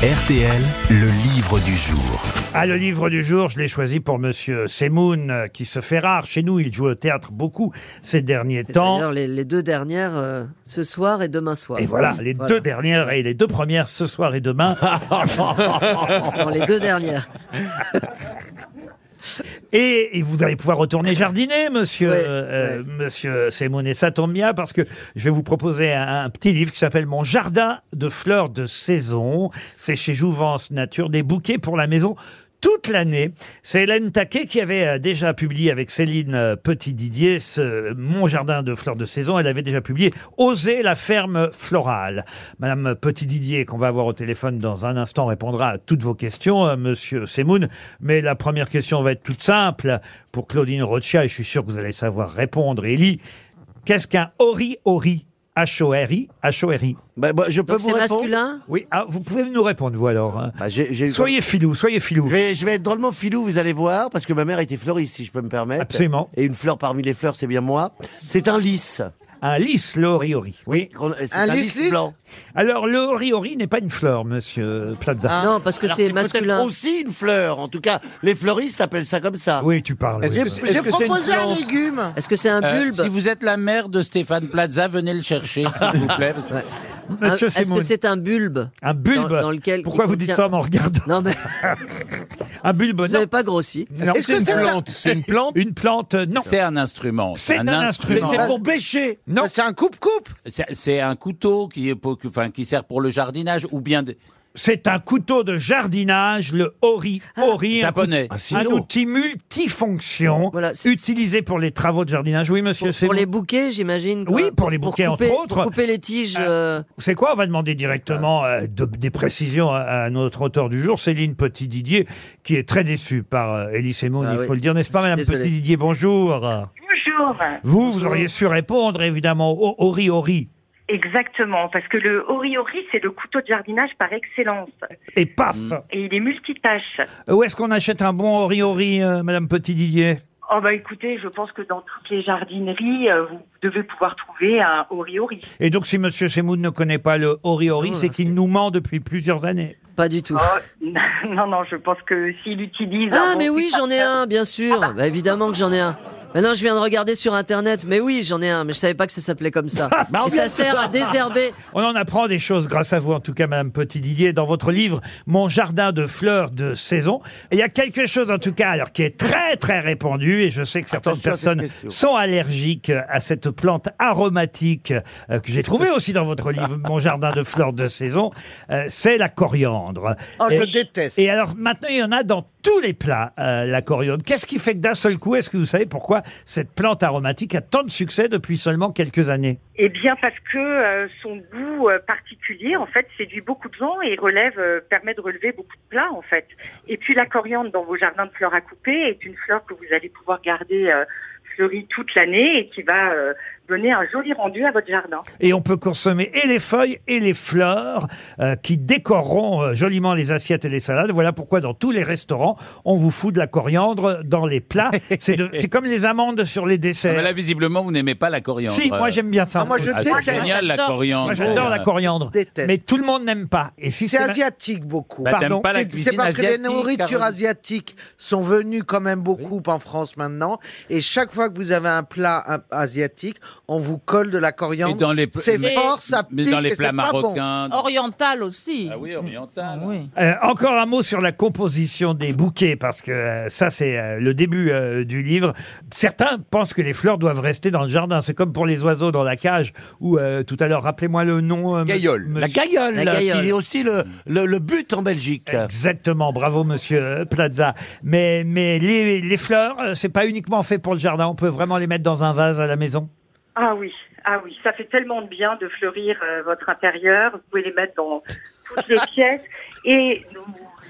RTL, le livre du jour. Ah, le livre du jour, je l'ai choisi pour Monsieur Semoun, euh, qui se fait rare chez nous. Il joue au théâtre beaucoup ces derniers Et temps. D'ailleurs, les, les deux dernières, euh, ce soir et demain soir. Et voilà, les deux dernières et les deux premières ce soir et demain. Dans les deux dernières. et, et vous allez pouvoir retourner jardiner, monsieur, Ouais, euh, monsieur Semoun. Et ça tombe bien parce que je vais vous proposer un, un petit livre qui s'appelle Mon jardin de fleurs de saison. C'est chez Jouvence Nature, des bouquets pour la maison. Toute l'année, c'est Hélène Taquet qui avait euh, déjà publié avec Céline euh, Petit-Didier ce Mon jardin de fleurs de saison. Elle avait déjà publié Oser la ferme florale. Madame Petit-Didier, qu'on va avoir au téléphone dans un instant, répondra à toutes vos questions, euh, monsieur Semoun. Mais la première question va être toute simple pour Claudine Rocha et je suis sûr que vous allez savoir répondre. Élie, qu'est-ce qu'un ori-ori H-O-R-I H-O-R-I. Bah, bah, je peux Donc vous c'est répondre masculin Oui, ah, vous pouvez nous répondre, vous alors. hein. Bah, j'ai- j'ai- Soyez filou, soyez filou. Je vais, je vais être drôlement filou, vous allez voir, parce que ma mère était fleuriste, si je peux me permettre. Absolument. Et une fleur parmi les fleurs, c'est bien moi. C'est un lys. Un lys, le ori-ori. Oui. Qu'on- C'est Un lys, lys blanc. Alors, le ori-ori n'est pas une fleur, monsieur Plaza. Ah. Non, parce que Alors, c'est peut-être masculin. aussi une fleur. En tout cas, les fleuristes appellent ça comme ça. Oui, tu parles. oui. J'ai est-ce j'ai que c'est une proposé un plante légume. Est-ce que c'est un Euh, bulbe si vous êtes la mère de Stéphane Plaza, venez le chercher, s'il vous plaît. parce que- Un- Monsieur Ah, Est-ce que Simone, c'est un bulbe un bulbe. dans- dans lequel Pourquoi il vous dites contient- ça en me regardant Non, mais Un bulbe, vous non. n'avez pas grossi. Non. Est-ce que c'est un- C'est une plante Une plante, euh, non. C'est un instrument. C'est un instrument. C'est pour bêcher. Non. C'est un coupe-coupe. C'est c'est un couteau qui, est pour- enfin, qui sert pour le jardinage ou bien de- C'est un couteau de jardinage, le ori. Ah. Ori, un, japonais. Ah, cou- un outil multifonction Voilà, c'est- utilisé pour les travaux de jardinage. Oui, monsieur, Pour, c'est pour bon. les bouquets, j'imagine. quoi. Oui, pour les bouquets, couper- entre autres. Pour couper les tiges. euh, C'est quoi On va demander directement euh, de- des précisions à, à notre auteur du jour, Céline Petit-Didier, qui est très déçue par euh, Elie Semoun, Ah il oui. faut le dire, n'est-ce pas, madame désolée. Petit-Didier Bonjour. Bonjour. Vous, vous auriez su répondre, évidemment, au ori ori. Exactement, parce que le ori-ori, c'est le couteau de jardinage par excellence. Et paf Mm. Et il est multitâche. Euh, Où est-ce qu'on achète un bon ori ori, euh, madame Petit-Didier Oh bah écoutez, je pense que dans toutes les jardineries, euh, vous devez pouvoir trouver un ori-ori. Et donc, si monsieur Semoun ne connaît pas le ori ori, Non, c'est là, qu'il nous ment depuis plusieurs années. Pas du tout. non, non, je pense que s'il utilise... Ah, un mais bon oui, j'en ai un, bien sûr. Bah, évidemment que j'en ai un. Maintenant, je viens de regarder sur Internet. Mais oui, j'en ai un. Mais je savais pas que ça s'appelait comme ça. Bah, on Et ça vient- sert à désherber. On en apprend des choses grâce à vous, en tout cas, Madame Petit Didier, dans votre livre Mon jardin de fleurs de saison. Et il y a quelque chose, en tout cas, alors qui est très très répandu, et je sais que certaines Attention à cette personnes question. sont allergiques à cette plante aromatique euh, que j'ai trouvée aussi dans votre livre Mon jardin de fleurs de saison. euh, C'est la coriandre. Oh, et, je déteste. et alors maintenant, il y en a dans tous les plats, euh, la coriandre. Qu'est-ce qui fait que d'un seul coup, est-ce que vous savez pourquoi cette plante aromatique a tant de succès depuis seulement quelques années Eh bien, parce que euh, son goût euh, particulier, en fait, séduit beaucoup de gens et relève, euh, permet de relever beaucoup de plats, en fait. Et puis, la coriandre dans vos jardins de fleurs à couper est une fleur que vous allez pouvoir garder euh, fleurie toute l'année et qui va euh, donner un joli rendu à votre jardin. Et on peut consommer et les feuilles et les fleurs euh, qui décoreront euh, joliment les assiettes et les salades. Voilà pourquoi dans tous les restaurants, on vous fout de la coriandre dans les plats. C'est de- c'est comme les amandes sur les Ah, Mais desserts. là, visiblement, vous n'aimez pas la coriandre. Si, moi j'aime bien ça. Ah, moi, je Ah, déteste. c'est génial, la coriandre. Moi, j'adore la coriandre. Déteste. Mais tout le monde n'aime pas. Et si C'est c'est ma- asiatique beaucoup. Bah, Pardon. t'aimes pas la C'est c'est cuisine parce que les asiatique, nourritures Caroline asiatiques sont venues quand même beaucoup en France maintenant. Et chaque fois que vous avez un plat un- asiatique, on vous colle de la coriandre. Et dans les pl- C'est mais- fort, ça pique. Mais dans et les c'est plats pas bon. marocains. Oriental aussi. Ah oui, oriental. Euh, encore un mot sur la composition des bouquets, parce que euh, ça, c'est euh, le début euh, du livre. Certains pensent que les fleurs doivent rester dans le jardin. C'est comme pour les oiseaux dans la cage, ou euh, tout à l'heure, rappelez-moi le nom. euh, Gaïole. monsieur- La gaïole, La gaïole. qui est aussi le, le, le but en Belgique. Exactement, bravo monsieur euh, Plaza. Mais, mais les, les fleurs, euh, c'est pas uniquement fait pour le jardin, on peut vraiment les mettre dans un vase à la maison. Ah oui, ah oui, ça fait tellement de bien de fleurir euh, votre intérieur. Vous pouvez les mettre dans toutes les pièces. Et nous,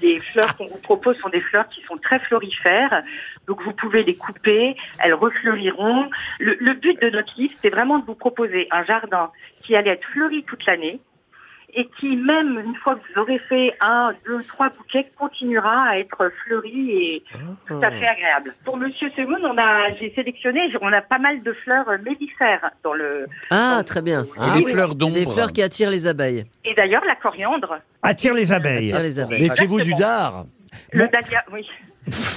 les fleurs qu'on vous propose sont des fleurs qui sont très florifères. Donc vous pouvez les couper, elles refleuriront. Le, le but de notre livre, c'est vraiment de vous proposer un jardin qui allait être fleuri toute l'année et qui, même une fois que vous aurez fait un, deux, trois bouquets, continuera à être fleuri et tout à fait agréable. Pour Monsieur Semoun, on a, j'ai sélectionné, on a pas mal de fleurs euh, mellifères dans le. Ah, très bien. Et les fleurs d'ombre. Des fleurs qui attirent les abeilles. Et d'ailleurs, la coriandre, Attire les abeilles. Attirent les abeilles. Méfiez-vous du dard. le Bon. dahlia, oui,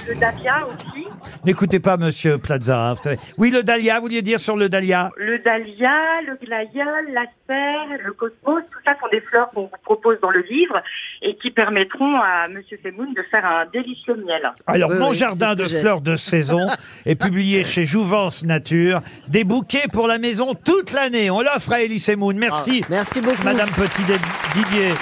le dahlia aussi. N'écoutez pas, monsieur Plaza. hein, vous savez. Oui, le dahlia, vous vouliez dire sur le dahlia Le dahlia, le glaïeul, l'aster, le cosmos, tout ça sont des fleurs qu'on vous propose dans le livre et qui permettront à Monsieur Semoun de faire un délicieux miel. Alors, Oui, Mon oui, c'est jardin ce que de j'ai. fleurs de saison est publié chez Jouvence Nature. Des bouquets pour la maison toute l'année. On l'offre à Elise Moon. Merci, Ah. Merci beaucoup. Madame Petit Didier.